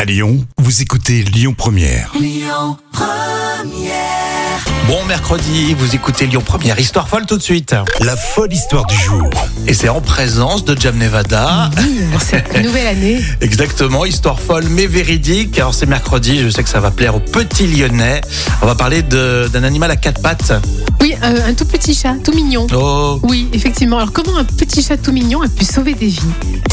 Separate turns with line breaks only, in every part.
À Lyon, vous écoutez Lyon Première.
Bon mercredi, vous écoutez Lyon Première Histoire folle tout de suite.
La folle histoire du jour.
Et c'est en présence de Jam Nevada.
Cette nouvelle année.
Exactement, histoire folle mais véridique. Alors c'est mercredi, je sais que ça va plaire aux petits lyonnais. On va parler de- d'un animal à quatre pattes.
Oui, euh, un tout petit chat, tout mignon.
Oh,
Oui, effectivement. Alors comment un petit chat tout mignon a pu sauver des vies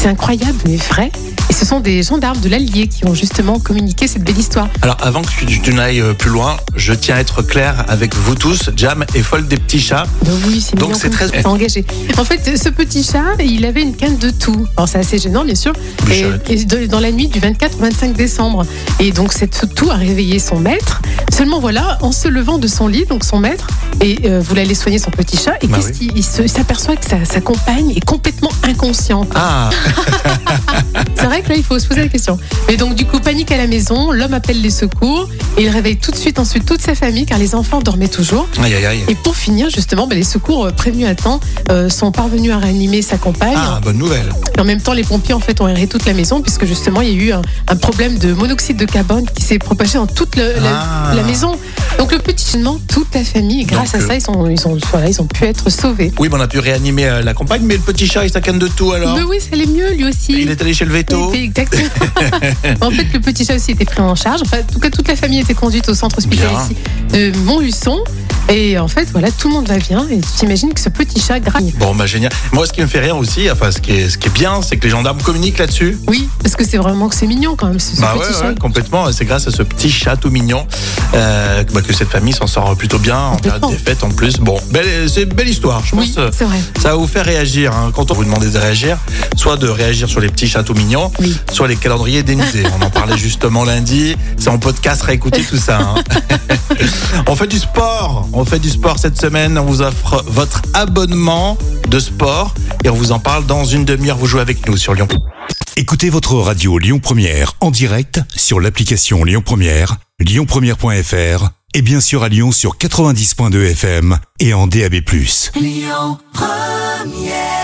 C'est incroyable, mais vrai. Et ce sont des gendarmes de l'Allier qui ont justement communiqué cette belle histoire.
Alors avant que tu, tu n'ailles euh, plus loin, je tiens à être clair avec vous tous. Jam est folle des petits chats.
Ben oui, c'est
Donc
mignon
c'est
comme
très-
ça, engagé. En fait, ce petit chat, il avait une canne de tout. Alors c'est assez gênant, bien sûr. Et,
Bouchette.
et de- dans la nuit du 24 au 25 décembre. Et donc cette toux a réveillé son maître. Seulement voilà, en se levant de son lit, donc son maître, et euh, voulait aller soigner son petit chat. Et
Bah
qu'est-ce
oui.
qu'il il se- il s'aperçoit que sa, sa compagne est complètement inconsciente.
Ah,
C'est vrai que là, il faut se poser la question. Mais donc, du coup, panique à la maison, l'homme appelle les secours et il réveille tout de suite ensuite toute sa famille car les enfants dormaient toujours.
aïe aïe aïe.
Et pour finir, justement, bah, les secours euh, prévenus à temps euh, sont parvenus à réanimer sa compagne.
Ah, bonne nouvelle.
Et en même temps, les pompiers en fait ont aéré toute la maison puisque justement, il y a eu un, un problème de monoxyde de carbone qui s'est propagé dans toute le-
Ah.
la, la maison. Donc le petit finalement, toute la famille, et grâce
Donc, euh,
à ça, ils, sont, ils, ont, voilà, ils ont pu être sauvés.
Oui, mais on a pu réanimer euh, la compagne, mais le petit chat, il canne de tout alors.
Mais oui, ça allait mieux lui aussi.
Il est allé chez le
Il
veto.
était- Exactement. en fait, le petit chat aussi était pris en charge. Enfin, en tout cas, toute la famille était conduite au centre hospitalier
Bien.
ici de Montluçon. Et en fait, voilà, tout le monde va bien. Et tu t'imagines que ce petit chat gragne.
Bon, bah génial. Moi, ce qui me fait rire aussi, enfin, ce qui est, ce qui est bien, c'est que les gendarmes communiquent là-dessus.
Oui, parce que c'est vraiment que c'est mignon quand même, ce, ce
Bah ouais,
petit chat.
ouais, complètement. C'est grâce à ce petit chat tout mignon euh, bah, que cette famille s'en sort plutôt bien en période
Complètement.
des fêtes en plus. Bon, belle- c'est une belle histoire. Je pense
Oui,
euh,
c'est vrai.
ça va vous faire réagir hein. quand on vous demandez de réagir. Soit de réagir sur les petits chats tout mignons,
Oui.
soit les calendriers dénudés. on en parlait justement lundi. C'est en podcast, réécouter tout ça. hein. on fait du sport. On fait du sport cette semaine. On vous offre votre abonnement de sport et on vous en parle dans une demi-heure. Vous jouez avec nous sur Lyon.
Écoutez votre radio Lyon Première en direct sur l'application Lyon Première, lyonpremière.fr et bien sûr à Lyon sur 90.2 FM et en DAB+.
Lyon Première